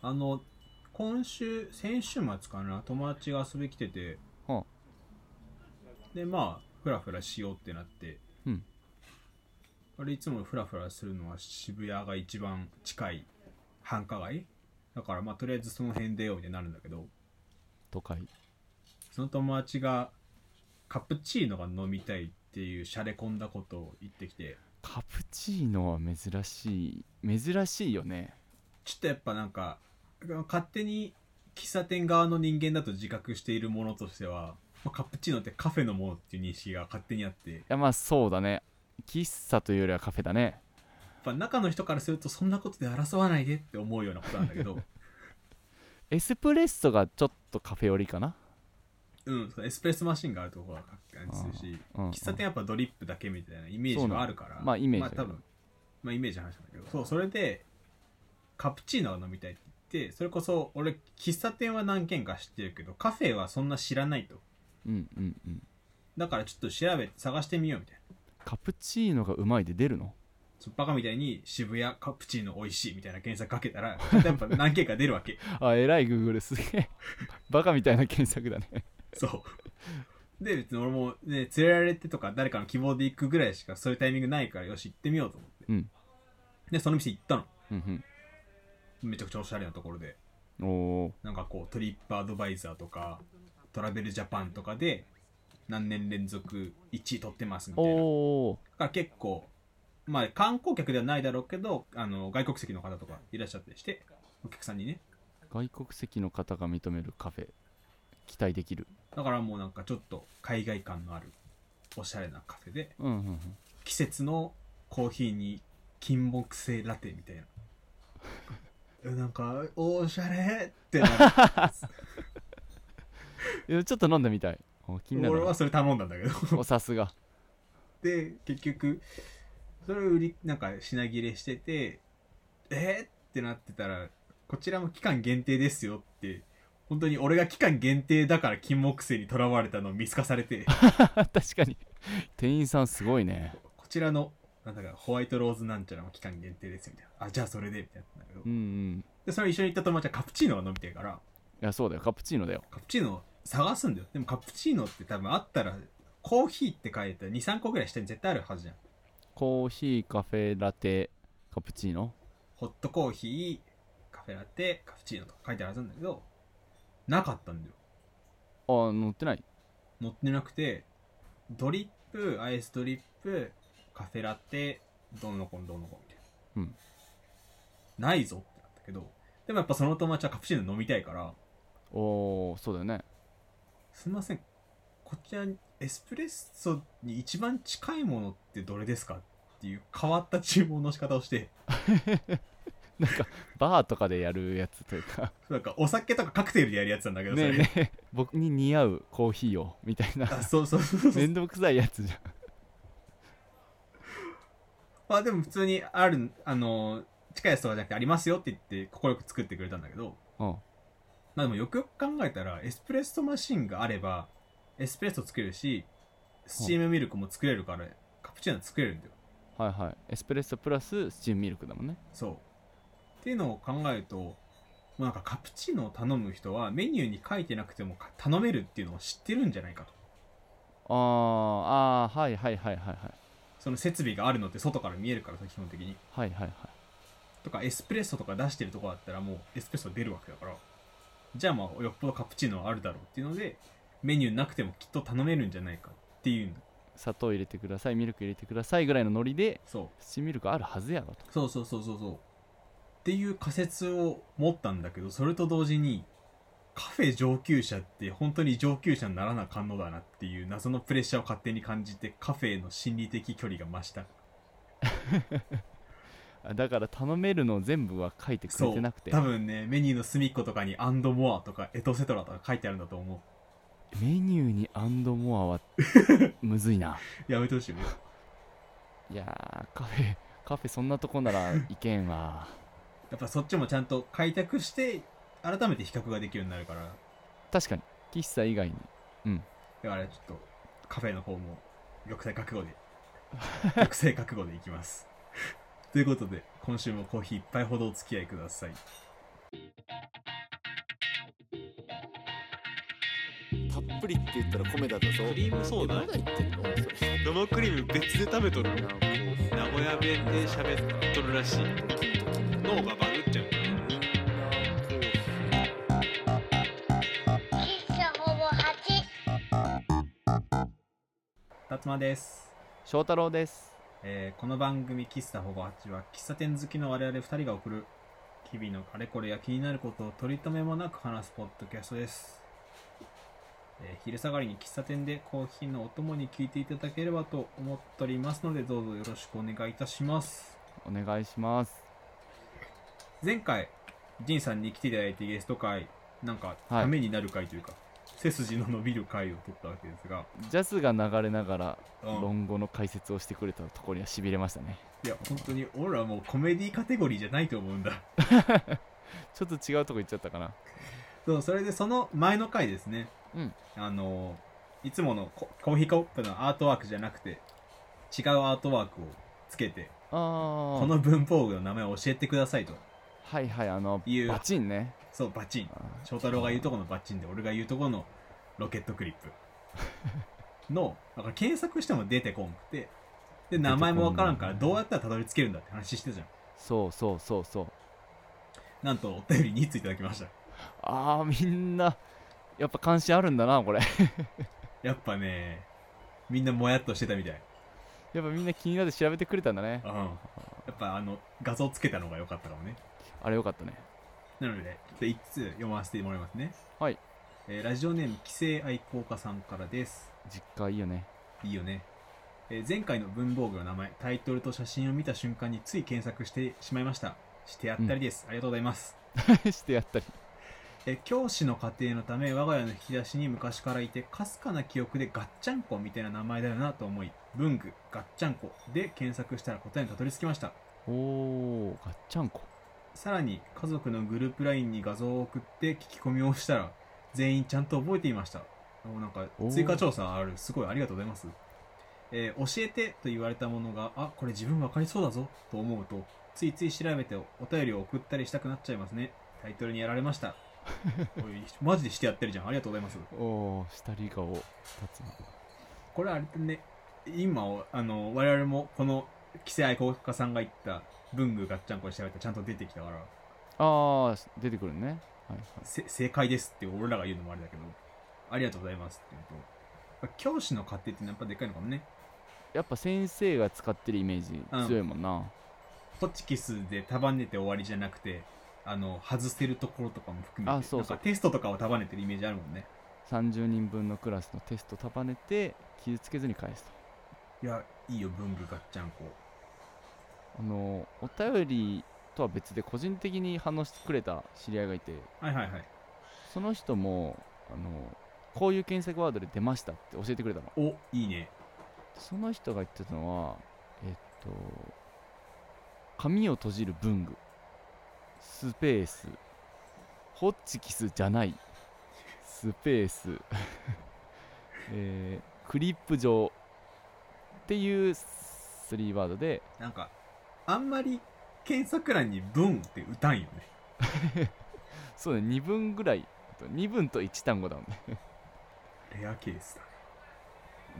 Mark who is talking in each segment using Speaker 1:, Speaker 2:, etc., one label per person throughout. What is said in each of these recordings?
Speaker 1: あの今週先週末かな友達が遊び来てて
Speaker 2: は
Speaker 1: でまあフラフラしようってなって
Speaker 2: うん
Speaker 1: あれいつもフラフラするのは渋谷が一番近い繁華街だからまあとりあえずその辺出ようみたいになるんだけど
Speaker 2: 都会
Speaker 1: その友達がカプチーノが飲みたいっていうシャレ込んだことを言ってきて
Speaker 2: カプチーノは珍しい珍しいよね
Speaker 1: ちょっとやっぱなんか勝手に喫茶店側の人間だと自覚しているものとしては、まあカプチーノってカフェのものっていう認識が勝手にあってやっ
Speaker 2: いやまあそうだね喫茶というよりはカフェだね
Speaker 1: ぱ中の人からするとそんなことで争わないでって思うようなことなんだけ ど
Speaker 2: エスプレッソがちょっとカフェ寄りかな、
Speaker 1: うんそのエスプレッソマシンがあるところが感じするし
Speaker 2: うん、
Speaker 1: 喫茶店やっぱドリップだけみたいなイメージがあるから
Speaker 2: そうなのまあイメージ
Speaker 1: まあ多分まあイメージの話なんだけどそうそれでカプチーノが飲みたいって言ってそれこそ俺喫茶店は何軒か知ってるけどカフェはそんな知らないと
Speaker 2: うんうんうん
Speaker 1: だからちょっと調べて探してみようみたいな
Speaker 2: カプチーノがうまいで出るの
Speaker 1: そうバカみたいに渋谷カプチーノ美味しいみたいな検索かけたらやっぱ何件か出るわ け
Speaker 2: あえらいグーグルすげえ バカみたいな検索だね
Speaker 1: そうで別に俺もね連れられてとか誰かの希望で行くぐらいしかそういうタイミングないからよし行ってみようと思って、
Speaker 2: うん
Speaker 1: でその店行ったの
Speaker 2: うん
Speaker 1: めちゃくちゃおしゃれなところで
Speaker 2: うんおー
Speaker 1: なんかこうトリップアドバイザーとかトラベルジャパンとかで何年連続1位取ってますみたいなだ
Speaker 2: おー
Speaker 1: から結構まあ観光客ではないだろうけどあの外国籍の方とかいらっしゃってしてお客さんにね
Speaker 2: 外国籍の方が認めるカフェ期待できる
Speaker 1: だからもうなんかちょっと海外感のあるおしゃれなカフェで
Speaker 2: うんうんうん
Speaker 1: 季節のコーヒーに金木犀ラテみ たいなえなんかおしゃれってなる
Speaker 2: えちょっと飲んでみたいお気になる
Speaker 1: 俺
Speaker 2: な
Speaker 1: はそれ頼んだんだけど
Speaker 2: おさすが
Speaker 1: で結局それを売りなんか品切れしててえー、ってなってたらこちらも期間限定ですよって本当に俺が期間限定だから金木犀にとらわれたのを見透かされて
Speaker 2: あ確かに店員さんすごいね
Speaker 1: こちらのなんだかホワイトローズなんちゃらも期間限定ですよみたいなあじゃあそれでみたいなだけど
Speaker 2: うんうん
Speaker 1: でそれ一緒に行った友達はカプチーノが飲みたいから
Speaker 2: いやそうだよカプチーノだよ
Speaker 1: カプチーノを探すんだよでもカプチーノって多分あったらコーヒーって書いて23個ぐらい下に絶対あるはずじゃん
Speaker 2: コーヒーカフェラテカプチーノ
Speaker 1: ホットコーヒー、カフェラテ、カプチーノとか書いてあるはずなんだけど、なかったんだよ。
Speaker 2: あ乗ってない
Speaker 1: 載ってなくて、ドリップ、アイスドリップ、カフェラテ、どんのこんどんのこんみたいな。
Speaker 2: うん。
Speaker 1: ないぞってなったけど、でもやっぱその友達はカプチーノ飲みたいから、
Speaker 2: おーそうだよね
Speaker 1: すいません、こちらエスプレッソに一番近いものってどれですかっていう変わった注文の仕方をして、
Speaker 2: なんかバーとかでやるやつというか
Speaker 1: なんかお酒とかカクテルでやるやつなんだけど、
Speaker 2: ね
Speaker 1: そ
Speaker 2: え
Speaker 1: れ
Speaker 2: ねえ僕に似合うコーヒーをみたいな
Speaker 1: あ、そうそうそうそう。
Speaker 2: 面倒くさいやつじゃん
Speaker 1: まあでも普通にある、あの、近いやつとかじゃなくてありますよって言って、快く作ってくれたんだけど、
Speaker 2: うん
Speaker 1: まあでもよくよく考えたら、エスプレッソマシンがあれば、エスプレッソ作れるし、スチームミルクも作れるから、カプチーノ作れるんだよ。
Speaker 2: はいはいエスプレッソプラススチームミルクだもんね
Speaker 1: そう。っていうのを考えると、もうなんかカプチーノを頼む人はメニューに書いてなくてもか頼めるっていうのを知ってるんじゃないかと。
Speaker 2: あーあーはいはいはいはいはい
Speaker 1: その設備があるのって外から見えるからさ、基本的に。
Speaker 2: はいはいはい
Speaker 1: とかエスプレッソとか出してるとこだったらもうエスプレッソ出るわけだからじゃあまあよっぽどカプチーノはあるだろうっていうのでメニューなくてもきっと頼めるんじゃないかっていうの
Speaker 2: 砂糖入れてくださいミルク入れてくださいぐらいのノリで
Speaker 1: そ
Speaker 2: スチームミルクあるはずやろと
Speaker 1: うそうそうそうそうそうっていう仮説を持ったんだけどそれと同時にカフェ上級者って本当に上級者にならなあかんのだなっていう謎のプレッシャーを勝手に感じてカフェの心理的距離が増した
Speaker 2: あだから頼めるのを全部は書いてくれてなくて
Speaker 1: 多分ねメニューの隅っことかに「アンドモア」とか「エトセトラ」とか書いてあるんだと思う
Speaker 2: メニューにアンドモア はむずいな
Speaker 1: やめてほしいよ
Speaker 2: いやーカフェカフェそんなとこならいけんわ
Speaker 1: やっぱそっちもちゃんと開拓して改めて比較ができるようになるから
Speaker 2: 確かに喫茶以外に
Speaker 1: だからちょっとカフェの方も玉砕覚悟で玉砕覚悟でいきますということで今週もコーヒー一杯ほどお付き合いください
Speaker 3: たっぷりって言ったら米だったぞ
Speaker 1: クリームソーダ
Speaker 3: えまだ言ってんのそれ
Speaker 1: 生クリーム別で食べと
Speaker 3: な
Speaker 1: る
Speaker 3: んかこう
Speaker 1: 名古屋弁で喋っとるらしい脳がバグっちゃう
Speaker 4: 喫茶ほぼ8。
Speaker 1: 辰馬です、
Speaker 2: 翔太郎です
Speaker 1: えーこの番組「喫茶ほぼ8」は喫茶店好きの我々2人が送る日々のあれこれや気になることを取り留めもなく話すポッドキャストです、えー昼下がりに喫茶店でコーヒーのお供に聞いていただければと思っておりますのでどうぞよろしくお願いいたします
Speaker 2: お願いします
Speaker 1: 前回仁さんに来ていただいてゲスト会なんか
Speaker 2: はい
Speaker 1: ためになる会というか、背筋の伸びる会を取ったわけですが、
Speaker 2: ジャズが流れながら
Speaker 1: うん
Speaker 2: 論語の解説をしてくれたところにはしびれましたね
Speaker 1: いや本当に俺はもうコメディカテゴリーじゃないと思うんだ
Speaker 2: ちょっと違うとこ行っちゃったかな
Speaker 1: そうそれでその前の回ですね、
Speaker 2: うん
Speaker 1: あのいつものココーヒーコップのアートワークじゃなくて違うアートワークをつけて、
Speaker 2: あ
Speaker 1: こ
Speaker 2: あ
Speaker 1: の文房具の名前を教えてくださいと
Speaker 2: はいはいあの
Speaker 1: いう
Speaker 2: バチンね
Speaker 1: そうバチン
Speaker 2: あ
Speaker 1: 翔太郎が言うとこのバッチンで俺が言うとこのロケットクリップのだから検索しても出てこんくてで名前もわからんからどうやったらたどり着けるんだって話してたじゃん
Speaker 2: そうそうそうそう
Speaker 1: なんとお便り2ついただきました
Speaker 2: あーみんなやっぱ関心あるんだなこれ
Speaker 1: やっぱねみんなもやっとしてたみたい
Speaker 2: やっぱみんな気になって調べてくれたんだね
Speaker 1: うんやっぱあの画像つけたのが良かったかもね
Speaker 2: あれよかったね
Speaker 1: なのでちょっと1通読ませてもらいますね
Speaker 2: はい、
Speaker 1: えーラジオネーム規制愛好家さんからです
Speaker 2: 実家いいよね
Speaker 1: いいよね、えー前回の文房具の名前タイトルと写真を見た瞬間につい検索してしまいましたしてやったりです、ありがとうございます、
Speaker 2: してやったり
Speaker 1: えー教師の家庭のため我が家の引き出しに昔からいてかすかな記憶でガッチャンコみたいな名前だよなと思い文具ガッチャンコで検索したら答えにたどり着きました
Speaker 2: おおガッチャンコ
Speaker 1: さらに家族のグループ LINE に画像を送って聞き込みをしたら全員ちゃんと覚えていましたおなんか
Speaker 2: おー
Speaker 1: 追加調査あるすごいありがとうございます、えー教えてと言われたものがあこれ自分分かりそうだぞと思うとついつい調べてお便りを送ったりしたくなっちゃいますねタイトルにやられま したおいマジでしてやってるじゃんありがとうございます
Speaker 2: おお下リ顔立つな
Speaker 1: これあれだね今あの我々もこの規制愛好家さんが言った文具ガッチャンコで調べたらちゃんと出てきたから
Speaker 2: あー出てくるねはいはい
Speaker 1: せ正解ですって俺らが言うのもあれだけど、ありがとうございますって言うと、やっぱ教師の家庭ってやっぱでかいのかもね。
Speaker 2: やっぱ先生が使ってるイメージ強いもんな、
Speaker 1: ホチキスで束ねて終わりじゃなくて、あの、外せるところとかも含めて、
Speaker 2: あそうそ
Speaker 1: な
Speaker 2: う
Speaker 1: んかテストとかを束ねてるイメージあるもんね。
Speaker 2: 30人分のクラスのテスト束ねて傷つけずに返すと
Speaker 1: いや、いいよ、文具ガッチャンコ。
Speaker 2: あのお便りとは別で個人的に反応してくれた知り合いがいて
Speaker 1: はいはいはい。
Speaker 2: その人もあのこういう検索ワードで出ましたって教えてくれたの
Speaker 1: お、いいね。
Speaker 2: その人が言ってたのはえっと紙を閉じる文具スペースホッチキスじゃないスペース、 えークリップ状っていう3ワードで
Speaker 1: なんか、あんまり検索欄に文って打たんよね。
Speaker 2: そうね2分ぐらい2分と1単語だもんね
Speaker 1: レアケースだ。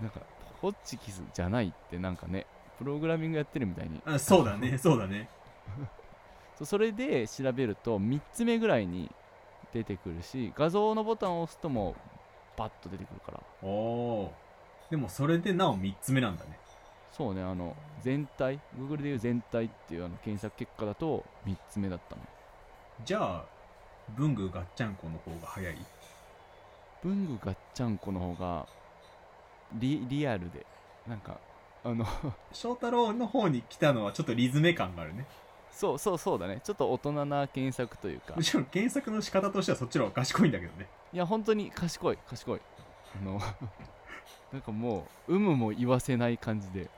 Speaker 2: なんかホッチキスじゃないってなんかねプログラミングやってるみたいに
Speaker 1: あそうだね、そうだね。
Speaker 2: そうそれで調べると3つ目ぐらいに出てくるし画像のボタンを押すともうバッと出てくるから
Speaker 1: おー。でもそれでなお3つ目なんだね。
Speaker 2: そうねあの全体 Google でいう全体っていうあの検索結果だと3つ目だったの
Speaker 1: じゃあ、文具ガッチャンコの方が早い
Speaker 2: 文具ガッチャンコの方がリリアルでなんかあの
Speaker 1: 翔太郎の方に来たのはちょっとリズメ感があるね。
Speaker 2: そうそうそうだねちょっと大人な検索というか
Speaker 1: もちろん原作の仕方としてはそっちの方が賢いんだけどね。
Speaker 2: いや本当に賢い賢いあの なんかもう有無も言わせない感じで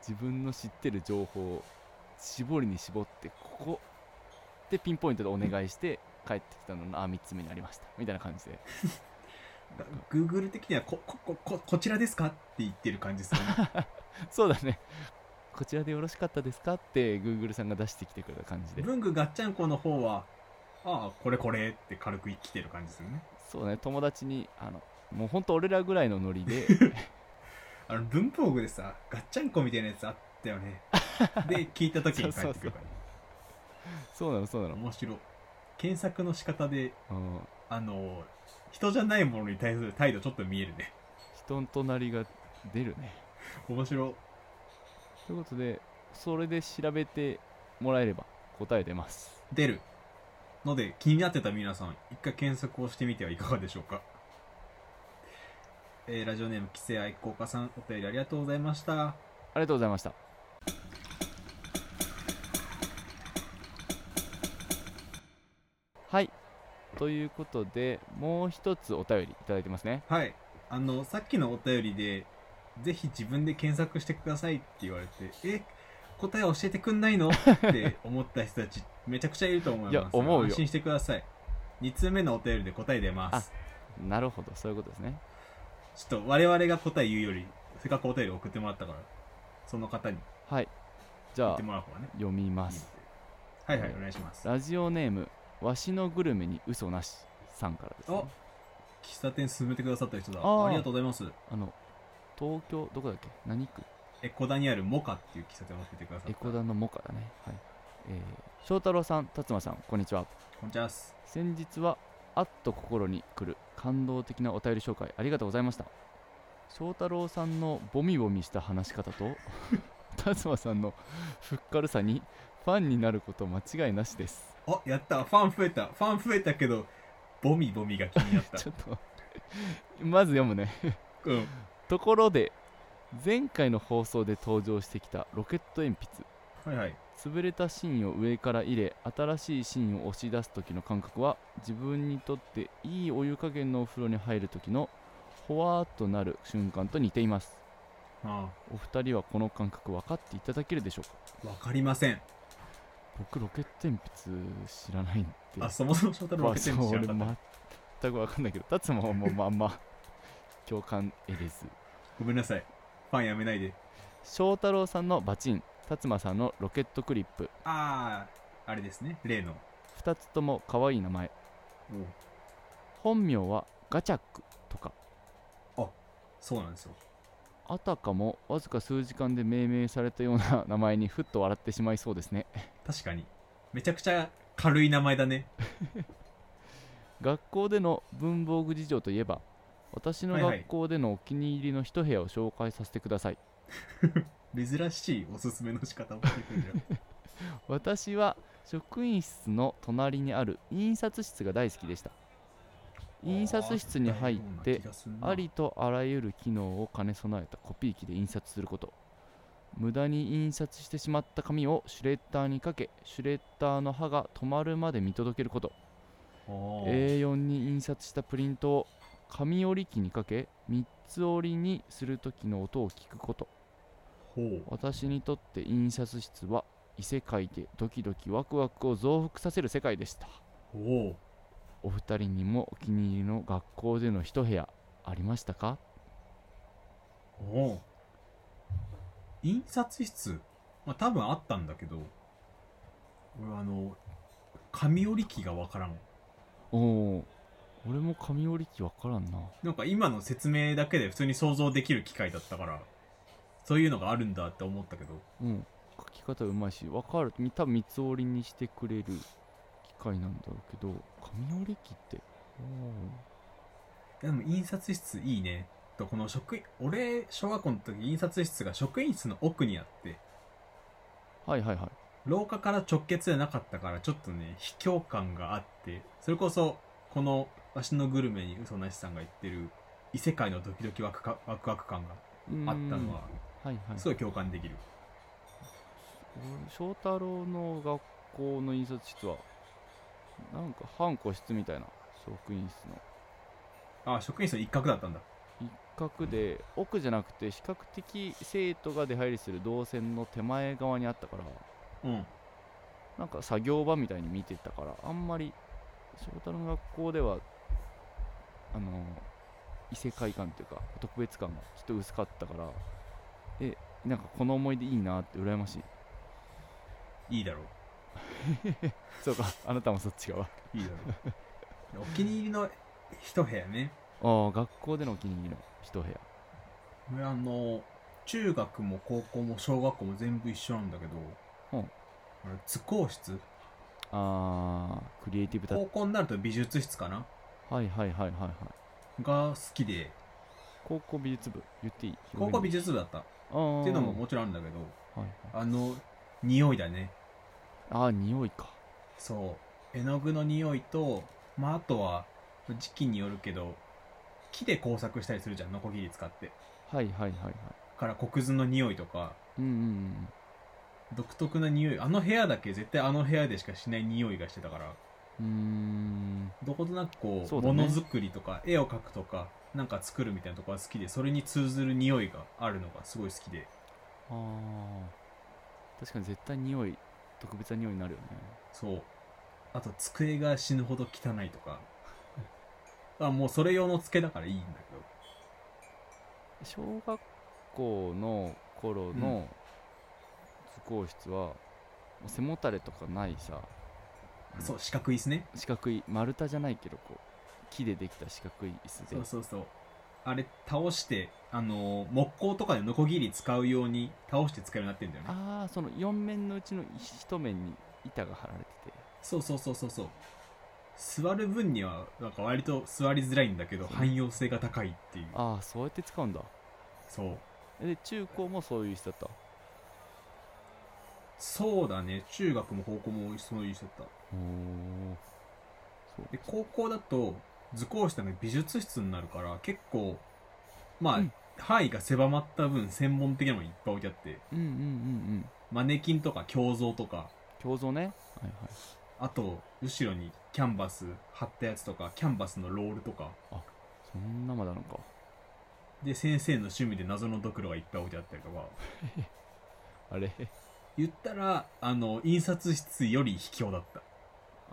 Speaker 2: 自分の知ってる情報を絞りに絞ってここでピンポイントでお願いして帰ってきたのがあ3つ目にありましたみたいな感じで
Speaker 1: Google 的にはこ、こ、こ、こ、こちらですかって言ってる感じでするね。
Speaker 2: そうだねこちらでよろしかったですかって Google さんが出してきてくれた感じで
Speaker 1: 文具ガッチャンコの方は、ああこれこれって軽く生きてる感じですよね
Speaker 2: そうね友達にあのもうほんと俺らぐらいのノリで
Speaker 1: あの文房具でさガッチャンコみたいなやつあったよねで聞いた時に帰ってくるから
Speaker 2: そうなのそうなの、
Speaker 1: 面白い検索の仕方で
Speaker 2: うん、
Speaker 1: あの人じゃないものに対する態度ちょっと見えるね
Speaker 2: 人となりが出るね
Speaker 1: 面白い
Speaker 2: ということでそれで調べてもらえれば答え出ます
Speaker 1: 出るので気になってた皆さん一回検索をしてみてはいかがでしょうか、えーラジオネーム規制愛好家さんお便りありがとうございました
Speaker 2: ありがとうございましたはいということでもう一つお便りいただいてますね
Speaker 1: はいあのさっきのお便りでぜひ自分で検索してくださいって言われてえ答え教えてくんないのって思った人たちめちゃくちゃいると思います
Speaker 2: いや思うよ
Speaker 1: 安心してください2通目のお便りで答え出ます
Speaker 2: なるほどそういうことですね
Speaker 1: ちょっと我々が答え言うよりせっかくお便り送ってもらったからその方に
Speaker 2: はいじゃ
Speaker 1: 言っ
Speaker 2: あ
Speaker 1: てもらう方がね
Speaker 2: 読みま
Speaker 1: いいの
Speaker 2: す
Speaker 1: ではいはいお願いします
Speaker 2: ラジオネームわしのグルメに嘘なしさんからです、ね
Speaker 1: お、喫茶店進めてくださった人だ
Speaker 2: あー
Speaker 1: ありがとうございます
Speaker 2: あの東京どこだっけ何区
Speaker 1: え小田にあるモカっていう喫茶店を教えてくださ
Speaker 2: エ
Speaker 1: った
Speaker 2: コダのモカだね、はいえー翔太郎さん辰馬さんこんにちは
Speaker 1: こんにちはっす
Speaker 2: 先日はあっと心に来る感動的なお便り紹介ありがとうございました翔太郎さんのボミボミした話し方と辰馬さんのふっかるさにファンになること間違いなしです
Speaker 1: あやったファン増えたファン増えたけどボミボミが気になった
Speaker 2: ちょっとまず読むね
Speaker 1: うん
Speaker 2: ところで前回の放送で登場してきたロケット鉛筆
Speaker 1: はいはい
Speaker 2: 潰れた芯を上から入れ新しい芯を押し出す時の感覚は自分にとっていいお湯加減のお風呂に入る時のほわーっとなる瞬間と似ています
Speaker 1: あ
Speaker 2: お二人はこの感覚分かっていただけるでしょう
Speaker 1: あ
Speaker 2: か
Speaker 1: わかりません
Speaker 2: 僕ロケット鉛筆知らないんで
Speaker 1: あそもそも翔太郎
Speaker 2: ま
Speaker 1: ロ
Speaker 2: あ
Speaker 1: ケ
Speaker 2: そ
Speaker 1: ッ
Speaker 2: う
Speaker 1: ト知ら
Speaker 2: 俺
Speaker 1: なかった
Speaker 2: 全く分かんないけど達ももうまんま共感得れず
Speaker 1: ごめんなさいファンやめないで
Speaker 2: 翔太郎さんのバチン達馬さんのロケットクリップ
Speaker 1: あああれですね例の
Speaker 2: 2つとも可愛い名前
Speaker 1: おう
Speaker 2: 本名はガチャックとか
Speaker 1: そうなんですよ
Speaker 2: あたかもわずか数時間で命名されたような名前にふっと笑ってしまいそうで すね
Speaker 1: 確かにめちゃくちゃ軽い名前だね
Speaker 2: 学校での文房具事情といえば私の
Speaker 1: はいはい
Speaker 2: 学校でのお気に入りの一部屋を紹介させてください、
Speaker 1: 珍しいおすすめの仕方をしてくるじゃん
Speaker 2: 私は職員室の隣にある印刷室が大好きでした印刷室に入ってありとあらゆる機能を兼ね備えたコピー機で印刷すること無駄に印刷してしまった紙をシュレッダーにかけシュレッダーの刃が止まるまで見届けること
Speaker 1: おー
Speaker 2: A4 に印刷したプリントを紙折り機にかけ3つ折りにする時の音を聞くこと
Speaker 1: ほう
Speaker 2: 私にとって印刷室は異世界でドキドキワクワクを増幅させる世界でした
Speaker 1: おお
Speaker 2: お二人にもお気に入りの学校での一部屋ありましたか
Speaker 1: おお印刷室まあ多分あったんだけど俺はあの紙折り機がわからん
Speaker 2: おお俺も紙折り機わからんな
Speaker 1: なんか今の説明だけで普通に想像できる機会だったからそういうのがあるんだって思ったけど
Speaker 2: うん書き方うまいしわかるみ多分三つ折りにしてくれる機械なんだろうけど紙折り機って
Speaker 1: いやでも印刷室いいねとこの職員俺小学校の時印刷室が職員室の奥にあって
Speaker 2: おーはいはいはい
Speaker 1: 廊下から直結じゃなかったからちょっとね卑怯感があってそれこそこの「わしのグルメ」に嘘なしさんが言ってる異世界のドキドキワクかワクワク感が
Speaker 2: うーん
Speaker 1: あったのは
Speaker 2: はいはい
Speaker 1: すごい共感できる
Speaker 2: 俺翔太郎の学校の印刷室はなんか半個室みたいな職員室の
Speaker 1: あ職員室の一角だったんだ
Speaker 2: 一角で奥じゃなくて比較的生徒が出入りする動線の手前側にあったから
Speaker 1: うん
Speaker 2: なんか作業場みたいに見てたからあんまり翔太郎の学校ではあの異世界観というか特別感がちょっと薄かったからえなんかこの思い出いいなって羨ましい
Speaker 1: いいだろう
Speaker 2: そうかあなたもそっち側
Speaker 1: いいだろう お気に入りの一部屋ね
Speaker 2: ああ学校でのお気に入りの一部屋
Speaker 1: 俺あの中学も高校も小学校も全部一緒なんだけど、
Speaker 2: うん
Speaker 1: あれ図工室
Speaker 2: ああクリエイティブだ
Speaker 1: 高校になると美術室かな
Speaker 2: はいはいはいはいはい
Speaker 1: が好きで
Speaker 2: 高校美術部言っていい
Speaker 1: 高校美
Speaker 2: 術
Speaker 1: 術部だったっ
Speaker 2: 部
Speaker 1: ていうのももちろんあるんだけど
Speaker 2: はいはい、
Speaker 1: あの匂いだね
Speaker 2: ああ匂いか
Speaker 1: そう絵の具の匂いとまああとは時期によるけど木で工作したりするじゃんノコギリ使って
Speaker 2: はいはいはいはい
Speaker 1: から黒図の匂いとか
Speaker 2: うんうんうん
Speaker 1: 独特な匂いあの部屋だけ絶対あの部屋でしかしない匂いがしてたから
Speaker 2: うーん
Speaker 1: どことなくこう
Speaker 2: そうだ
Speaker 1: も
Speaker 2: ね
Speaker 1: のづくりとか絵を描くとかなんか作るみたいなとこが好きでそれに通ずる匂いがあるのがすごい好きで
Speaker 2: あー確かに絶対匂い特別な匂いになるよね
Speaker 1: そうあと机が死ぬほど汚いとか あもうそれ用の机だからいいんだけど
Speaker 2: 小学校の頃
Speaker 1: うん
Speaker 2: の図工室は、もう背もたれとかないさ
Speaker 1: そう四角いですね
Speaker 2: 四角い丸太じゃないけどこう木でできた四角い椅子で
Speaker 1: そうそうそうあれ倒してあのー木工とかでノコギリ使うように倒して使うようになってるんだよね
Speaker 2: ああその4面のうちの1面に板が張られてて
Speaker 1: そうそうそうそうそう座る分にはなんか割と座りづらいんだけど
Speaker 2: そう
Speaker 1: 汎用性が高いっていう
Speaker 2: ああそうやって使うんだ
Speaker 1: そう
Speaker 2: で中高もそういう椅子だった
Speaker 1: そうだね中学も高校もそういう人だった
Speaker 2: おおそう
Speaker 1: で高校だと図工室の美術室になるから結構まあ、
Speaker 2: うん
Speaker 1: 範囲が狭まった分専門的なものいっぱい置いてあって
Speaker 2: うんうんうんうん
Speaker 1: マネキンとか胸像とか
Speaker 2: 胸像ねはいはい
Speaker 1: あと後ろにキャンバス貼ったやつとかキャンバスのロールとか
Speaker 2: そんなまだなのか
Speaker 1: で先生の趣味で謎のドクロがいっぱい置いてあったりとか
Speaker 2: あれ
Speaker 1: 言ったらあの印刷室より卑怯だった
Speaker 2: ああ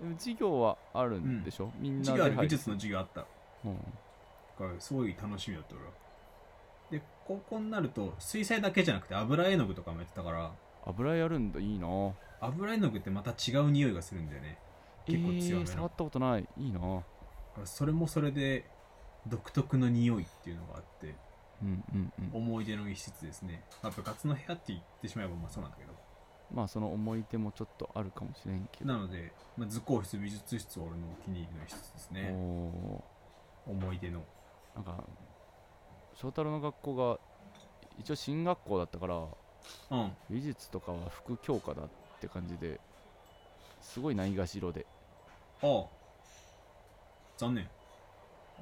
Speaker 2: でも授業はあるんでしょ、みんな
Speaker 1: 授業
Speaker 2: で
Speaker 1: あ
Speaker 2: 入
Speaker 1: る
Speaker 2: る
Speaker 1: 美術の授業あっただ
Speaker 2: うん、
Speaker 1: からすごい楽しみだった俺はで高校になると水彩だけじゃなくて油絵の具とかもやってたから
Speaker 2: 油やるんだいいな
Speaker 1: 油絵の具ってまた違う匂いがするんだよね結構強めの
Speaker 2: えー触ったことないいいなうん
Speaker 1: だからそれもそれで独特の匂いっていうのがあって
Speaker 2: うんうん
Speaker 1: 思い出の一室ですね、まあ、部活の部屋って言ってしまえばまあそうなんだけど
Speaker 2: まあその思い出もちょっとあるかもしれんけど
Speaker 1: なので、まあ、図工室美術室は俺のお気に入りの一室です
Speaker 2: お
Speaker 1: ね
Speaker 2: お
Speaker 1: 思い出の
Speaker 2: ーなんか翔太郎の学校が一応進学校だったから
Speaker 1: うん
Speaker 2: 美術とかは副教科だって感じですごいないがしろで
Speaker 1: ああ残念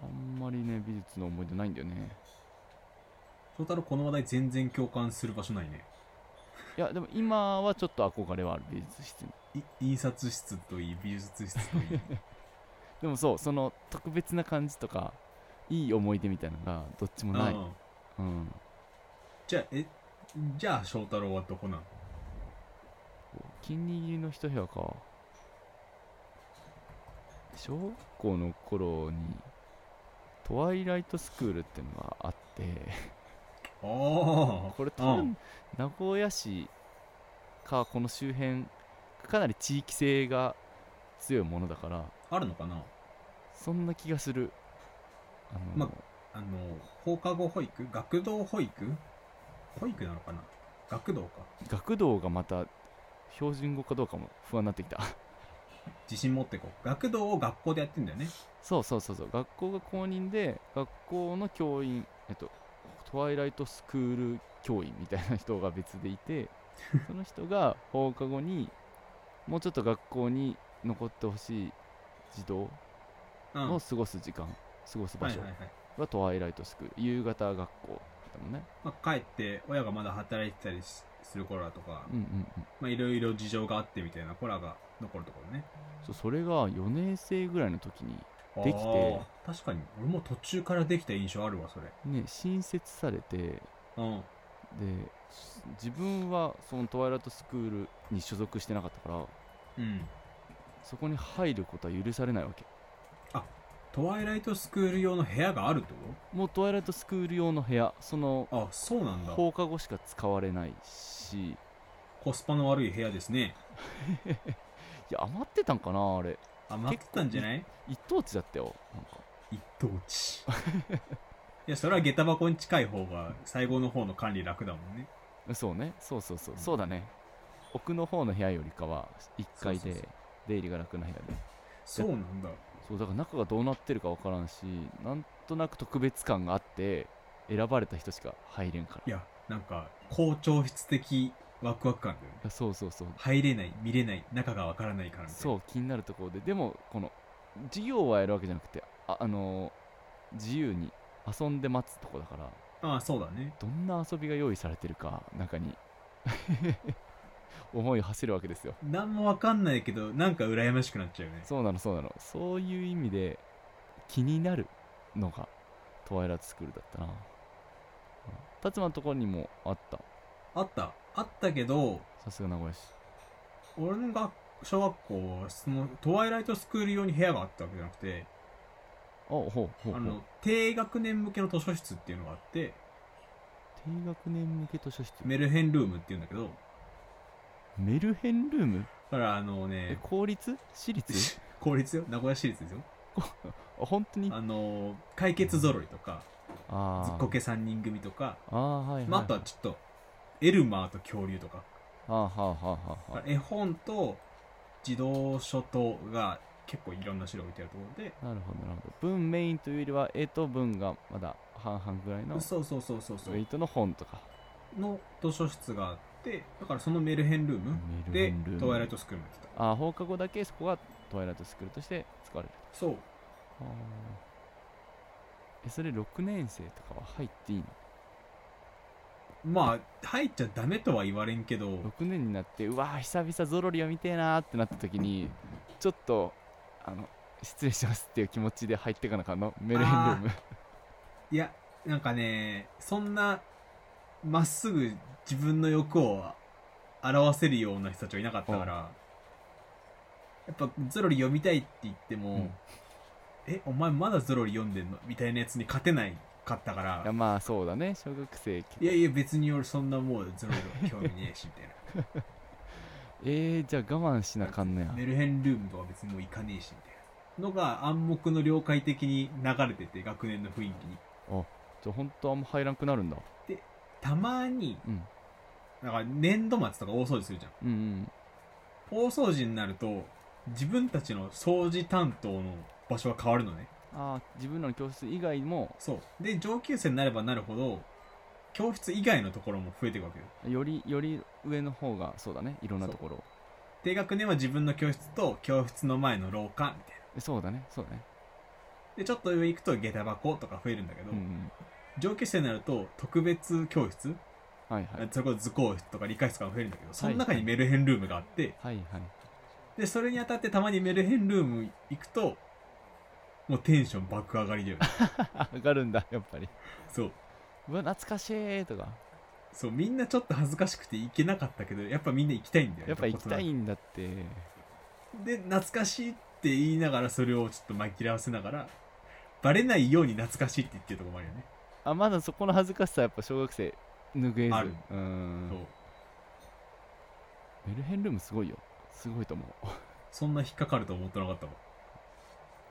Speaker 2: あんまりね美術の思い出ないんだよね
Speaker 1: 翔太郎この話題全然共感する場所ないね
Speaker 2: いやでも今はちょっと憧れはある美術室に
Speaker 1: い印刷室といい美術室とい い
Speaker 2: でもそうその特別な感じとかいい思い出みたいなのがどっちもない、
Speaker 1: うん
Speaker 2: うん、
Speaker 1: じゃあえじゃあ翔太郎はどこなの
Speaker 2: お気に入りの一部屋か小学校の頃にトワイライトスクールっていうのがあって
Speaker 1: ああ
Speaker 2: これ多
Speaker 1: うん
Speaker 2: 分名古屋市かこの周辺かなり地域性が強いものだから
Speaker 1: あるのかな
Speaker 2: そんな気がするあの、
Speaker 1: まあの放課後保育学童保育保育なのかな学童か
Speaker 2: 学童がまた標準語かどうかも不安になってきた
Speaker 1: 自信持ってこう学童を学校でやってんだよね
Speaker 2: そうそうそうそう学校が公認で学校の教員えっとトワイライトスクール教員みたいな人が別でい てその人が放課後にもうちょっと学校に残ってほしい児童
Speaker 1: うん
Speaker 2: の
Speaker 1: は
Speaker 2: 過ごす時間、過ごす
Speaker 1: いは
Speaker 2: 場
Speaker 1: い
Speaker 2: 所
Speaker 1: はい、
Speaker 2: はトワイライトスクール夕方学校だもんね
Speaker 1: まあ、帰って親がまだ働いてたりしする頃だとか
Speaker 2: うんうんうん
Speaker 1: まあいろいろ事情があってみたいな子らが残るところね
Speaker 2: そうそれが4年生ぐらいの時にで
Speaker 1: あ
Speaker 2: きて
Speaker 1: ー確かに俺も途中からできた印象あるわそれ
Speaker 2: ね新設されて
Speaker 1: うん
Speaker 2: でし自分はそのトワイライトスクールに所属してなかったから
Speaker 1: うん
Speaker 2: そこに入ることは許されないわけ
Speaker 1: トワイライトスクール用の部屋があるってこ
Speaker 2: もうトワイライトスクール用の部屋その
Speaker 1: とあそうなんだ
Speaker 2: 放課後しか使われないし
Speaker 1: コスパの悪い部屋ですね
Speaker 2: いや余ってたんかなあれ
Speaker 1: 余ってたんじゃない
Speaker 2: 一等地だったよなんか
Speaker 1: 一等地 いやそれは下駄箱に近い方が最後の方の管理楽だもんね
Speaker 2: そうねそうそうそう、
Speaker 1: うん
Speaker 2: そうだね奥の方の部屋よりかは1階
Speaker 1: そうそうそ
Speaker 2: で出入りが楽な部屋で
Speaker 1: そうなんだ
Speaker 2: そうだから中がどうなってるか分からんしなんとなく特別感があって選ばれた人しか入れんから
Speaker 1: いやなんか校長室的ワクワク感だよね
Speaker 2: いやそうそうそう
Speaker 1: 入れない見れない中がわからないからみたいな
Speaker 2: そう気になるところででもこの授業はやるわけじゃなくてああのー自由に遊んで待つとこだから
Speaker 1: ああそうだね
Speaker 2: どんな遊びが用意されてるか中に 思いを馳せるわけですよ
Speaker 1: 何もわかんないけどなんか羨ましくなっちゃうよね
Speaker 2: そうなのそうなのそういう意味で気になるのがトワイライトスクールだったなうん達馬のところにもあった
Speaker 1: あったあったけど
Speaker 2: さすが名古屋市
Speaker 1: 俺の学小学校はそのトワイライトスクール用に部屋があったわけじゃなくて
Speaker 2: あほうほうほう
Speaker 1: あの低学年向けの図書室っていうのがあって
Speaker 2: 低学年向け図書室
Speaker 1: メ
Speaker 2: メ
Speaker 1: ルヘンルームっていうんだけど
Speaker 2: ルヘンルーム
Speaker 1: だからあの
Speaker 2: え
Speaker 1: ね
Speaker 2: 公立私立
Speaker 1: 公立よ名古屋市立ですよ
Speaker 2: あ本当に
Speaker 1: あの解決ぞろいとか
Speaker 2: あ
Speaker 1: ずっこけ3人組とか
Speaker 2: ああはいはい、
Speaker 1: まあ、あとはちょっとエルマーと恐竜とか
Speaker 2: あはあはあはあは
Speaker 1: 絵本と児童書とが結構いろんな種類置いてあるところで
Speaker 2: あなるほどなるほど文メインというよりは絵と文がまだ半々ぐらいの
Speaker 1: そうそうそうそうそ
Speaker 2: ウェイ
Speaker 1: う
Speaker 2: トの本とか
Speaker 1: の図書室があってだからそのメルヘンルーム
Speaker 2: メルヘ
Speaker 1: で
Speaker 2: ンルーム
Speaker 1: トワイライトスクールもやってた
Speaker 2: あ放課後だけそこがトワイライトスクールとして使われる
Speaker 1: そう
Speaker 2: あーえそれ6年生とかは入っていいの
Speaker 1: まあ入っちゃダメとは言われんけど
Speaker 2: ?6 年になってうわー久々ゾロリを見てえなーってなった時にちょっとあの失礼しますっていう気持ちで入ってかなあかんのメルヘンルーム
Speaker 1: いやなんかねそんなまっすぐ自分の欲を表せるような人たちはいなかったからやっぱゾロリ読みたいって言っても、
Speaker 2: うん
Speaker 1: えお前まだゾロリ読んでんのみたいなやつに勝てないかったか
Speaker 2: いや
Speaker 1: ら
Speaker 2: まあそうだね小学生
Speaker 1: いやいや別に俺そんなもうゾロリは興味ねえしみたい
Speaker 2: えー、じゃあ我慢 しなあかんのや
Speaker 1: なメルヘンルームとか別にもう行かねえしみたいなのが暗黙の了解的に流れてて学年の雰囲気に
Speaker 2: じゃあほんとあんま入らんくなるんだ
Speaker 1: たまに
Speaker 2: うん
Speaker 1: なんか年度末とか大掃除するじゃん
Speaker 2: うんうん
Speaker 1: 大掃除になると自分たちの掃除担当の場所が変わるのね
Speaker 2: あー自分らの教室以外も
Speaker 1: そうで上級生になればなるほど教室以外のところも増えていくわけよ
Speaker 2: よりより上の方がそうだねいろんなところを
Speaker 1: 低学年は自分の教室と教室の前の廊下みたいな
Speaker 2: えそうだねそうだね
Speaker 1: でちょっと上行くと下駄箱とか増えるんだけど、
Speaker 2: うん、うん、
Speaker 1: 上級生になると特別教室、
Speaker 2: はいはい
Speaker 1: それこそ図工室とか理科室とかも増えるんだけどその中
Speaker 2: は
Speaker 1: に
Speaker 2: い
Speaker 1: メルヘンルームがあって、
Speaker 2: はいはい
Speaker 1: でそれにあたってたまにメルヘンルーム行くともうテンション爆上がりだよ ね
Speaker 2: あ上がるんだやっぱり
Speaker 1: そう
Speaker 2: うわ懐かしいとか
Speaker 1: そうみんなちょっと恥ずかしくて行けなかったけどやっぱみんな行きたいんだよね
Speaker 2: やっぱ行きた
Speaker 1: ど
Speaker 2: い
Speaker 1: こ
Speaker 2: んだって
Speaker 1: となくで懐かしいって言いながらそれをちょっと紛らわせながらバレないように懐かしいって言ってるとこもあるよね、
Speaker 2: あまだそこの恥ずかしさはやっぱ小学生拭えず
Speaker 1: ある
Speaker 2: うーん
Speaker 1: そう
Speaker 2: メルヘンルームすごいよすごいと思う
Speaker 1: そんな引っかかると思ってなかったわ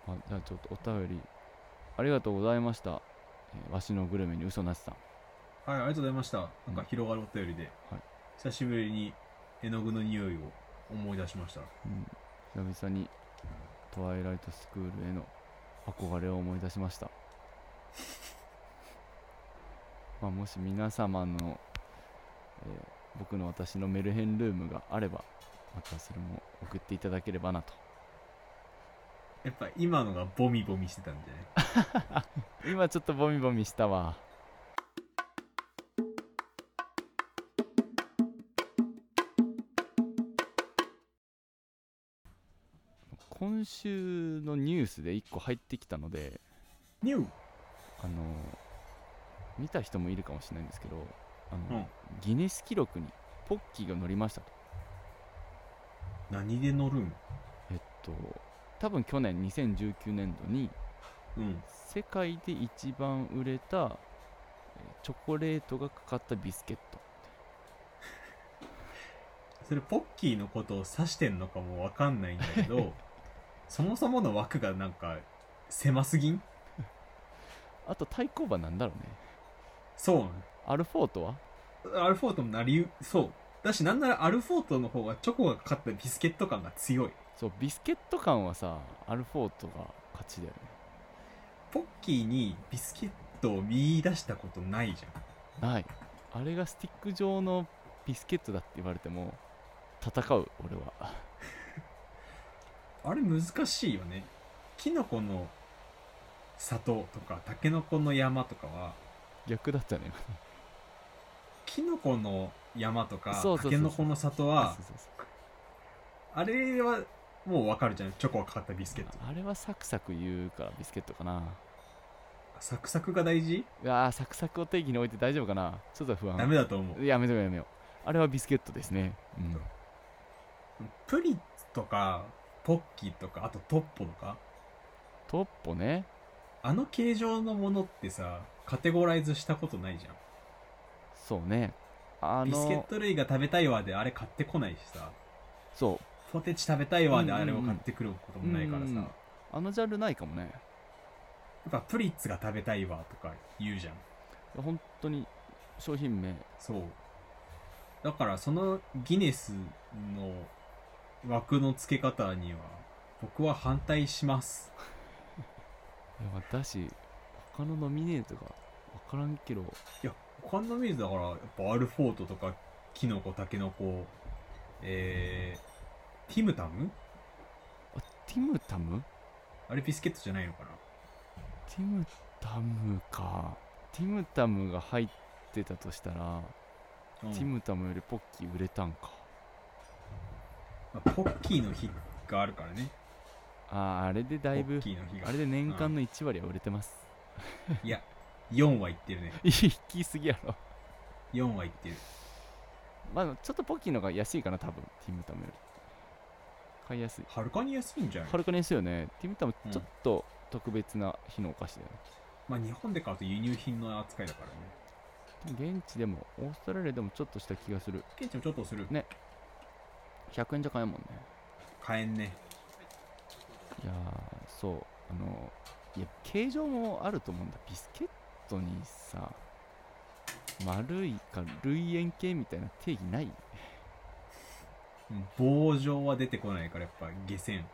Speaker 2: あじゃあちょっとお便りありがとうございました、えーわしのグルメに嘘なしさん
Speaker 1: はいありがとうございましたなんか広がるお便りで、
Speaker 2: はい
Speaker 1: 久しぶりに絵の具の匂いを思い出しました
Speaker 2: うん、久々にトワイライトスクールへの憧れを思い出しました まあもし皆様の、えー僕の私のメルヘンルームがあればまたそれも送っていただければなと
Speaker 1: やっぱ今のがボミボミしてたんじゃない
Speaker 2: 今ちょっとボミボミしたわ今週のニュースで1個入ってきたので
Speaker 1: ニュー
Speaker 2: あの見た人もいるかもしれないんですけどあの、
Speaker 1: うん
Speaker 2: ギネス記録にポッキーが乗りましたと
Speaker 1: 何で乗るん
Speaker 2: えっと多分去年2019年度に
Speaker 1: うん
Speaker 2: 世界で一番売れたえーチョコレートがかかったビスケット
Speaker 1: それポッキーのことを指してんのかもわかんないんだけ どそもそもの枠がなんか狭すぎん
Speaker 2: あと対抗馬なんだろうね
Speaker 1: そう
Speaker 2: アルフォートは
Speaker 1: アルフォートもなりうそうだしなんならアルフォートの方がチョコがかかったビスケット感が強い
Speaker 2: そうビスケット感はさアルフォートが勝ちだよね
Speaker 1: ポッキーにビスケットを見出したことないじゃん
Speaker 2: ないあれがスティック状のビスケットだって言われても戦う俺は
Speaker 1: あれ難しいよねキノコの里とかタケノコの山とかは
Speaker 2: 逆だったね
Speaker 1: キノコの山とか
Speaker 2: そうそうそ
Speaker 1: タ
Speaker 2: う
Speaker 1: ケノコの里は
Speaker 2: そうそうそう
Speaker 1: あれはもうわかるじゃんチョコがかかったビスケット
Speaker 2: ああれはサクサク言うからビスケットかな
Speaker 1: サクサクが大事
Speaker 2: いやーサクサクを定義に置いて大丈夫かなちょっと不安
Speaker 1: ダメだと思う
Speaker 2: やめとこうやめようあれはビスケットですねうん
Speaker 1: プリッツとかポッキーとかあとトッポとか
Speaker 2: トッポね
Speaker 1: あの形状のものってさカテゴライズしたことないじゃん
Speaker 2: そうねあ
Speaker 1: ビスケッ
Speaker 2: の
Speaker 1: ト類が食べたいわであれ買ってこないしさ
Speaker 2: そう
Speaker 1: ポテチ食べたいわで
Speaker 2: うんうん
Speaker 1: あ
Speaker 2: うん
Speaker 1: れを買ってくることもないからさ、
Speaker 2: うんうん
Speaker 1: や
Speaker 2: あのジャンルないかもね
Speaker 1: っぱプリッツが食べたいわとか言うじゃん
Speaker 2: 本当に商品名
Speaker 1: そうだからそのギネスの枠の付け方には僕は反対します
Speaker 2: 私他のノミネートが分からんけど
Speaker 1: いや他の水だからやっぱアルフォートとかキノコタケノコえー、ティムタム
Speaker 2: あティムタム
Speaker 1: あれビスケットじゃないのかな
Speaker 2: ティムタムかティムタムが入ってたとしたら、
Speaker 1: うん
Speaker 2: ティムタムよりポッキー売れたんか
Speaker 1: まあポッキーの日があるからね。
Speaker 2: あーあれでだ
Speaker 1: ポ
Speaker 2: いぶ
Speaker 1: ッキーの日が。
Speaker 2: あれで年間の1割は売れてます、
Speaker 1: いや、4はいってるね。
Speaker 2: 引きすぎやろ
Speaker 1: 4はいってる。
Speaker 2: まあちょっとポッキーの方が安いかな多分ティムタムより買いやすい
Speaker 1: はるかに安いんじゃない
Speaker 2: はるかに安いよねティムタム
Speaker 1: うん
Speaker 2: ちょっと特別な日のお菓子だよね、
Speaker 1: まあ日本で買うと輸入品の扱いだからね。
Speaker 2: 現地でもオーストラリアでもちょっとした気がする
Speaker 1: ケンちゃんちょっとする。
Speaker 2: ね100円じゃ買えんもんね
Speaker 1: 買えんね。
Speaker 2: いやーそうあのいや形状もあると思うんだビスケットにさ丸いか類円形みたいな定義ない
Speaker 1: うん棒状は出てこないからやっぱ下船。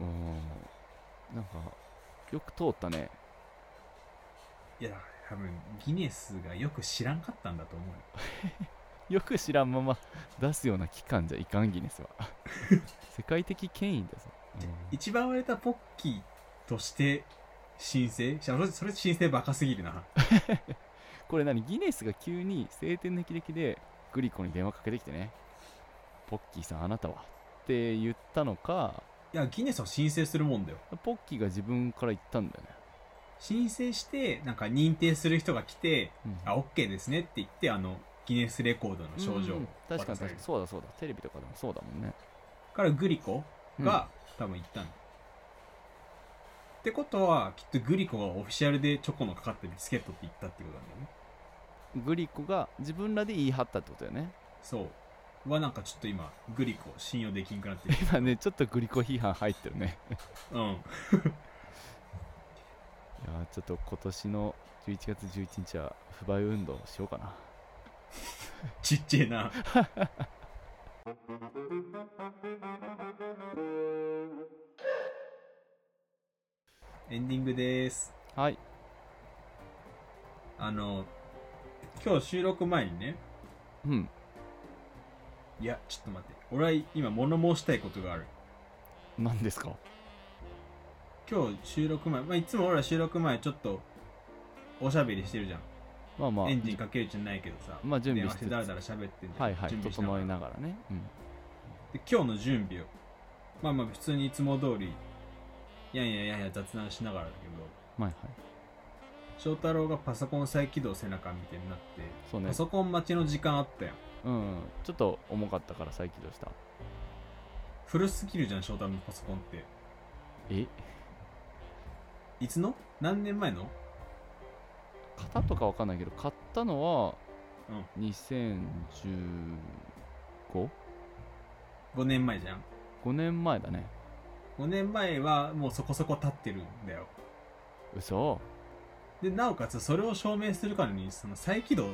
Speaker 2: うんなんかよく通ったね
Speaker 1: いや、多分ギネスがよく知らんかったんだと思うよ。
Speaker 2: よく知らんまま 出すような期間じゃいかんギネ スは世界的権威だぞ、うん
Speaker 1: 一番売れたポッキーとして申請しゃそれ申請バカすぎるな。
Speaker 2: これ何ギネスが急に晴天の霹靂でグリコに電話かけてきてねポッキーさんあなたはって言ったのか
Speaker 1: いや、ギネスは申請するもんだよ。
Speaker 2: ポッキーが自分から言ったんだよね、
Speaker 1: 申請して、なんか認定する人が来て、
Speaker 2: うん
Speaker 1: あ、OK ですねって言って、あの、ギネスレコードの賞状
Speaker 2: う
Speaker 1: を
Speaker 2: ん確か
Speaker 1: 渡
Speaker 2: に
Speaker 1: さ
Speaker 2: 確
Speaker 1: れ
Speaker 2: か
Speaker 1: る
Speaker 2: にそうだそうだテレビとかでもそうだもんね
Speaker 1: からグリコが、多分行ったの。ってことは、きっとグリコがオフィシャルでチョコのかかったビスケットって言ったってことなんだよね。
Speaker 2: グリコが自分らで言い張ったってことだよね
Speaker 1: そう。はなんかちょっと今、グリコ信用できんくなってる。
Speaker 2: 今ねちょっとグリコ批判入ってるね
Speaker 1: うん。
Speaker 2: いやーちょっと今年の11月11日は不買運動しようかな
Speaker 1: ちっちゃいな。エンディングです。
Speaker 2: はい
Speaker 1: あの、今日収録前にね、
Speaker 2: うん
Speaker 1: いや、ちょっと待って。俺は今物申したいことがある。
Speaker 2: 何ですか
Speaker 1: 今日収録前、まあ、いつも俺ら収録前ちょっとおしゃべりしてるじゃん。
Speaker 2: まあまあ
Speaker 1: エンジンかけるじゃないけどさ。
Speaker 2: まあ準備
Speaker 1: 電話
Speaker 2: し
Speaker 1: しててだらだら喋ってんじゃん
Speaker 2: はいはい
Speaker 1: 準備しな
Speaker 2: 整
Speaker 1: が
Speaker 2: え
Speaker 1: ら
Speaker 2: ながらねうん
Speaker 1: で、今日の準備を。まあまあ普通にいつも通り、いやいやいやいや雑談しながらだけど、
Speaker 2: はいはい
Speaker 1: 翔太郎がパソコン再起動背中みたいになって、
Speaker 2: そうね
Speaker 1: パソコン待ちの時間あったやん。
Speaker 2: うんちょっと重かったから再起動した
Speaker 1: 古すぎるじゃん、翔太郎のパソコンって。
Speaker 2: え
Speaker 1: いつの何年前の
Speaker 2: 型とかわかんないけど買ったのは
Speaker 1: うん。
Speaker 2: 2015
Speaker 1: 5年前じゃん
Speaker 2: 5年前だね
Speaker 1: 5年前はもうそこそこ経ってるんだよ
Speaker 2: 嘘
Speaker 1: でなおかつそれを証明するからにその再起動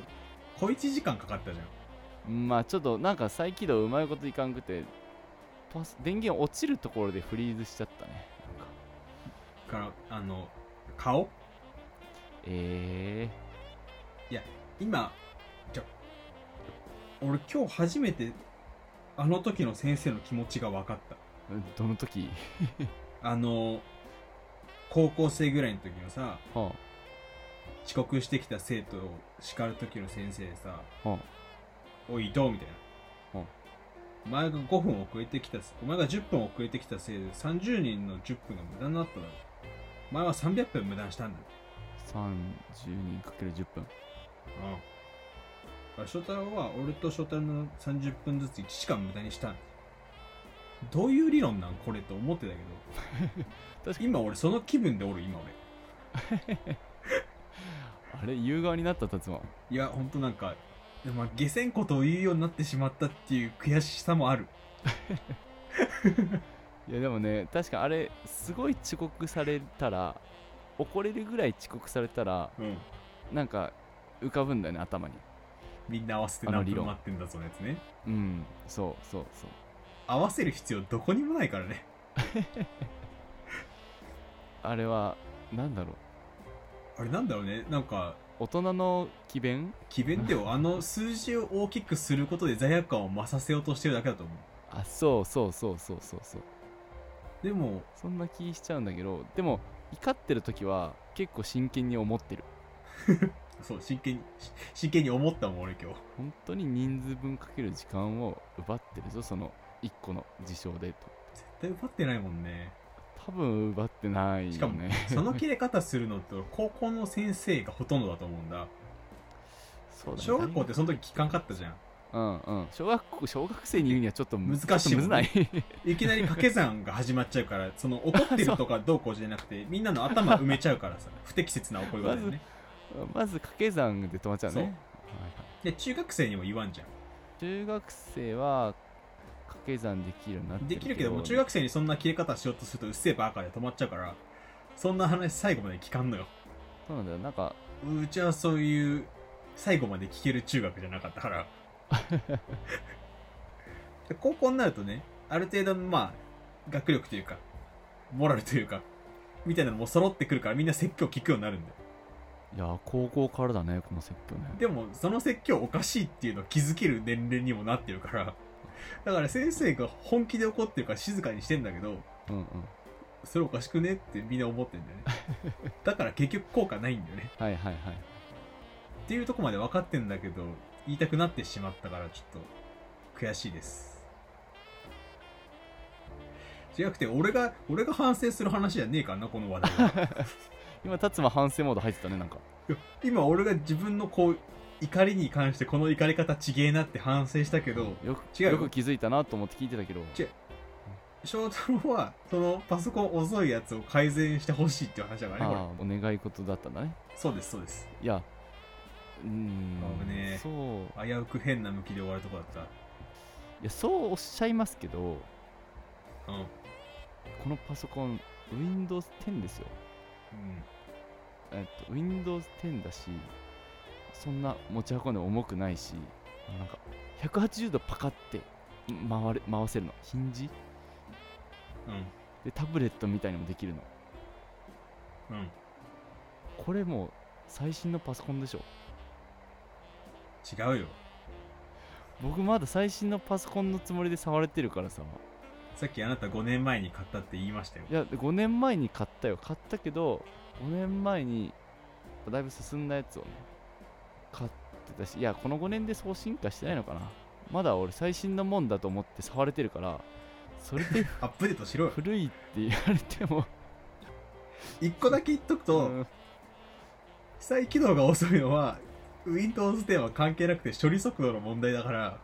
Speaker 1: 小1時間かかったじゃん
Speaker 2: まあちょっとなんか再起動うまいこといかんくてパス電源落ちるところでフリーズしちゃったねなんか
Speaker 1: からあの顔
Speaker 2: え
Speaker 1: 今じゃ俺今日初めてあの時の先生の気持ちが分かった
Speaker 2: ー、どの時
Speaker 1: あの高校生ぐらいの時のさ
Speaker 2: は
Speaker 1: 遅刻してきた生徒を叱る時の先生でさ
Speaker 2: あはあ
Speaker 1: 「おいどう?」みたいな、
Speaker 2: うん
Speaker 1: お前が5分遅れてきたせお前が10分遅れてきたせいで30人の10分が無駄になっただろお前は300分無駄にしたんだ
Speaker 2: 30人かける10分
Speaker 1: うん。あ翔太郎は俺と翔太郎の30分ずつ1時間無駄にしたんだどういう理論なんこれと思ってたけど
Speaker 2: 確か
Speaker 1: 今俺その気分でおる今俺
Speaker 2: あれ言う側になった達馬
Speaker 1: いやほんとなんかでもまあ下せんことを言うようになってしまったっていう悔しさもある
Speaker 2: いやでもね確かあれすごい遅刻されたら怒れるぐらい遅刻されたら
Speaker 1: うん
Speaker 2: なんか浮かぶんだよね頭に
Speaker 1: みんな合わせて
Speaker 2: あの
Speaker 1: 何
Speaker 2: 理
Speaker 1: 分
Speaker 2: 論
Speaker 1: 待ってんだそのやつね
Speaker 2: うんそうそうそう
Speaker 1: 合わせる必要どこにもないからね
Speaker 2: あれはなんだろう
Speaker 1: あれなんだろうねなんか
Speaker 2: 大人の詭弁
Speaker 1: 詭弁で はあの数字を大きくすることで罪悪感を増させようとしてるだけだと思う
Speaker 2: あそうそうそうそうそうそう
Speaker 1: でも
Speaker 2: そんな気しちゃうんだけどでも怒ってる時は結構真剣に思ってる
Speaker 1: そう真剣にし真剣に思ったもん俺今日
Speaker 2: 本当に人数分かける時間を奪ってるぞその1個の事象でと
Speaker 1: 絶対奪ってないもんね
Speaker 2: 多分奪ってないよね
Speaker 1: しかもその切れ方するのって 高校の先生がほとんどだと思うんだ
Speaker 2: そうだね
Speaker 1: 小学校ってその時聞かんかったじゃん
Speaker 2: うんうん小学校小学生に言うにはちょっと む
Speaker 1: 難しい
Speaker 2: ちょっとむずない
Speaker 1: いきなり掛け算が始まっちゃうからその怒ってるとかどうこうじゃなくてみんなの頭埋めちゃうから さ不適切な怒り方だよね
Speaker 2: まず掛け算で止まっちゃうね
Speaker 1: そう
Speaker 2: はいはい
Speaker 1: で中学生にも言わんじゃん
Speaker 2: 中学生は掛け算できるようになって
Speaker 1: できるけども中学生にそんな切れ方しようとするとうっせえバカで止まっちゃうからそんな話最後まで聞かんのよ
Speaker 2: そうなんだよなんか
Speaker 1: うちはそういう最後まで聞ける中学じゃなかったからで高校になるとねある程度のまあ学力というかモラルというかみたいなのも揃ってくるからみんな説教聞くようになるんだよ
Speaker 2: いや高校からだねこの説教ね
Speaker 1: でもその説教おかしいっていうのを気づける年齢にもなってるからだから先生が本気で怒ってるから静かにしてんだけど
Speaker 2: うんうん
Speaker 1: それおかしくねってみんな思ってんだよねだから結局効果ないんだよね
Speaker 2: はいはいはい
Speaker 1: っていうとこまで分かってんだけど言いたくなってしまったからちょっと悔しいです違くて俺が俺が反省する話じゃねえからなこの話題は
Speaker 2: 今達馬反省モード入ってたねなんか
Speaker 1: 今俺が自分のこう怒りに関してこの怒り方ちげえなって反省したけど
Speaker 2: よく
Speaker 1: 違うよ
Speaker 2: よく気づいたなと思って聞いてたけど
Speaker 1: 翔太郎はそのパソコン遅いやつを改善してほしいっていう話だからねこれ
Speaker 2: ああお願い事だったんだね
Speaker 1: そうですそうです
Speaker 2: いやうーん
Speaker 1: 危ねえ
Speaker 2: そう
Speaker 1: 危うく変な向きで終わるとこだっ
Speaker 2: いやそうおっしゃいますけど
Speaker 1: たうん、うん、
Speaker 2: このパソコン Windows10 ですよえっと、Windows 10だし、そんな持ち運んでも重くないし、なんか180度パカって回れ回せるの、ヒンジで、タブレットみたいにもできるの。
Speaker 1: うんうん
Speaker 2: これもう最新のパソコンでしょ。
Speaker 1: 違うよ
Speaker 2: 僕まだ最新のパソコンのつもりで触れてるからさ。
Speaker 1: さっきあなた5年前に買ったって言いましたよ
Speaker 2: いや、5年前に買ったよ。買ったけど、5年前にだいぶ進んだやつをね、買ってたし、いや、この5年でそう進化してないのかな。まだ俺最新のもんだと思って触れてるから、それで
Speaker 1: アップデートし ろよ
Speaker 2: 古いって言われても
Speaker 1: 1個だけ言っとくと、
Speaker 2: うん
Speaker 1: 再起動が遅いのは Windows 10は関係なくて処理速度の問題だから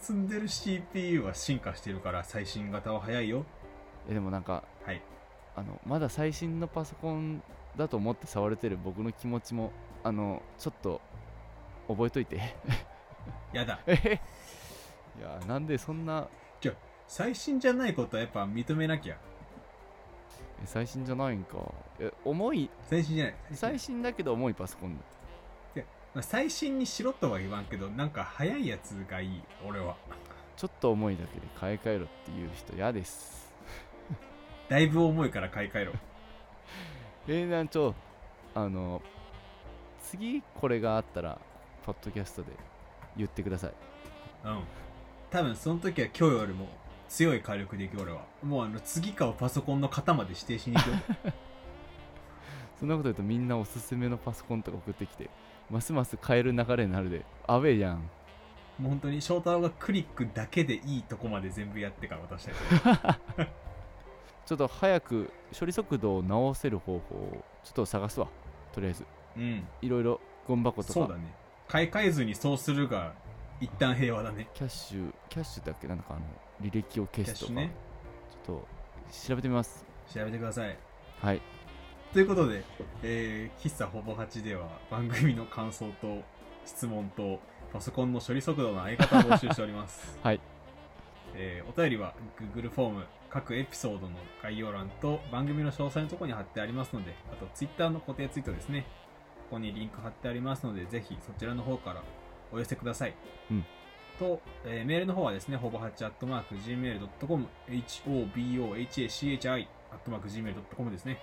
Speaker 1: 積んでる CPU は進化してるから最新型は早いよ
Speaker 2: えでもなんか
Speaker 1: はい
Speaker 2: あのまだ最新のパソコンだと思って触れてる僕の気持ちもあのちょっと覚えといて
Speaker 1: やだ
Speaker 2: えへいやなんでそんな
Speaker 1: 最新じゃないことはやっぱ認めなきゃ
Speaker 2: え最新じゃないんかえ重い
Speaker 1: 最新じゃない
Speaker 2: 最新だけど重いパソコンだ
Speaker 1: まあ最新にしろとは言わんけどなんか早いやつがいい俺は
Speaker 2: ちょっと重いだけで買い替えろっていう人嫌です
Speaker 1: だいぶ重いから買い替えろ
Speaker 2: えー、なんちょあの次これがあったらポッドキャストで言ってください
Speaker 1: うん多分その時は今日よりも強い火力でいく俺はもうあの次かをパソコンの型まで指定しに行くよ
Speaker 2: そんなこと言うとみんなおすすめのパソコンとか送ってきてますます買える流れになるでアウェイやん
Speaker 1: もう本当に翔太郎がクリックだけでいいとこまで全部やってから渡したい
Speaker 2: ちょっと早く処理速度を直せる方法をちょっと探すわとりあえず
Speaker 1: うん
Speaker 2: いろいろゴミ箱と
Speaker 1: そうだ
Speaker 2: か
Speaker 1: ね買い替えずにそうするが一旦平和だね
Speaker 2: キャッシュキャッシュだっけなんかあの履歴を消
Speaker 1: キャ
Speaker 2: すとか、
Speaker 1: ッシュね
Speaker 2: ちょっと調べてみます
Speaker 1: 調べてください
Speaker 2: はい
Speaker 1: ということで、えー、喫茶ほぼ8では番組の感想と質問とパソコンの処理速度の相方を募集しております
Speaker 2: はい、
Speaker 1: えーお便りは Google フォーム各エピソードの概要欄と番組の詳細のところに貼ってありますのであと Twitter の固定ツイートですねここにリンク貼ってありますのでぜひそちらの方からお寄せください、
Speaker 2: うん
Speaker 1: と、えーメールの方はですねほぼ 8-gmail.com hobohachi-gmail.com ですね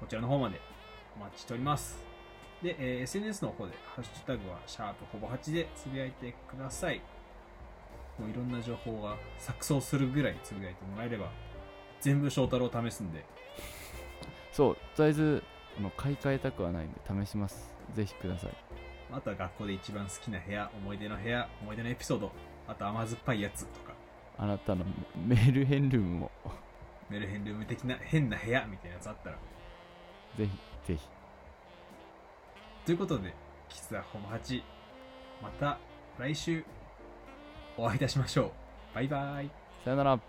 Speaker 1: こちらの方までお待ちしております。で、えー SNS の方で、ハッシュタグは、シャープほぼ8でつぶやいてください。もういろんな情報が錯綜するぐらいつぶやいてもらえれば、全部翔太郎試すんで、
Speaker 2: そうとりあえずあの買い替えたくはないんで試しますぜひください
Speaker 1: あとは学校で一番好きな部屋、思い出の部屋、思い出のエピソード、あと甘酸っぱいやつとか、
Speaker 2: あなたのメールヘンルームも
Speaker 1: メルヘンルーム的な変な部屋みたいなやつあったら。
Speaker 2: ぜひぜひ
Speaker 1: ということで、喫茶ほぼ8、また来週お会いいたしましょう。バイバイ。
Speaker 2: さよなら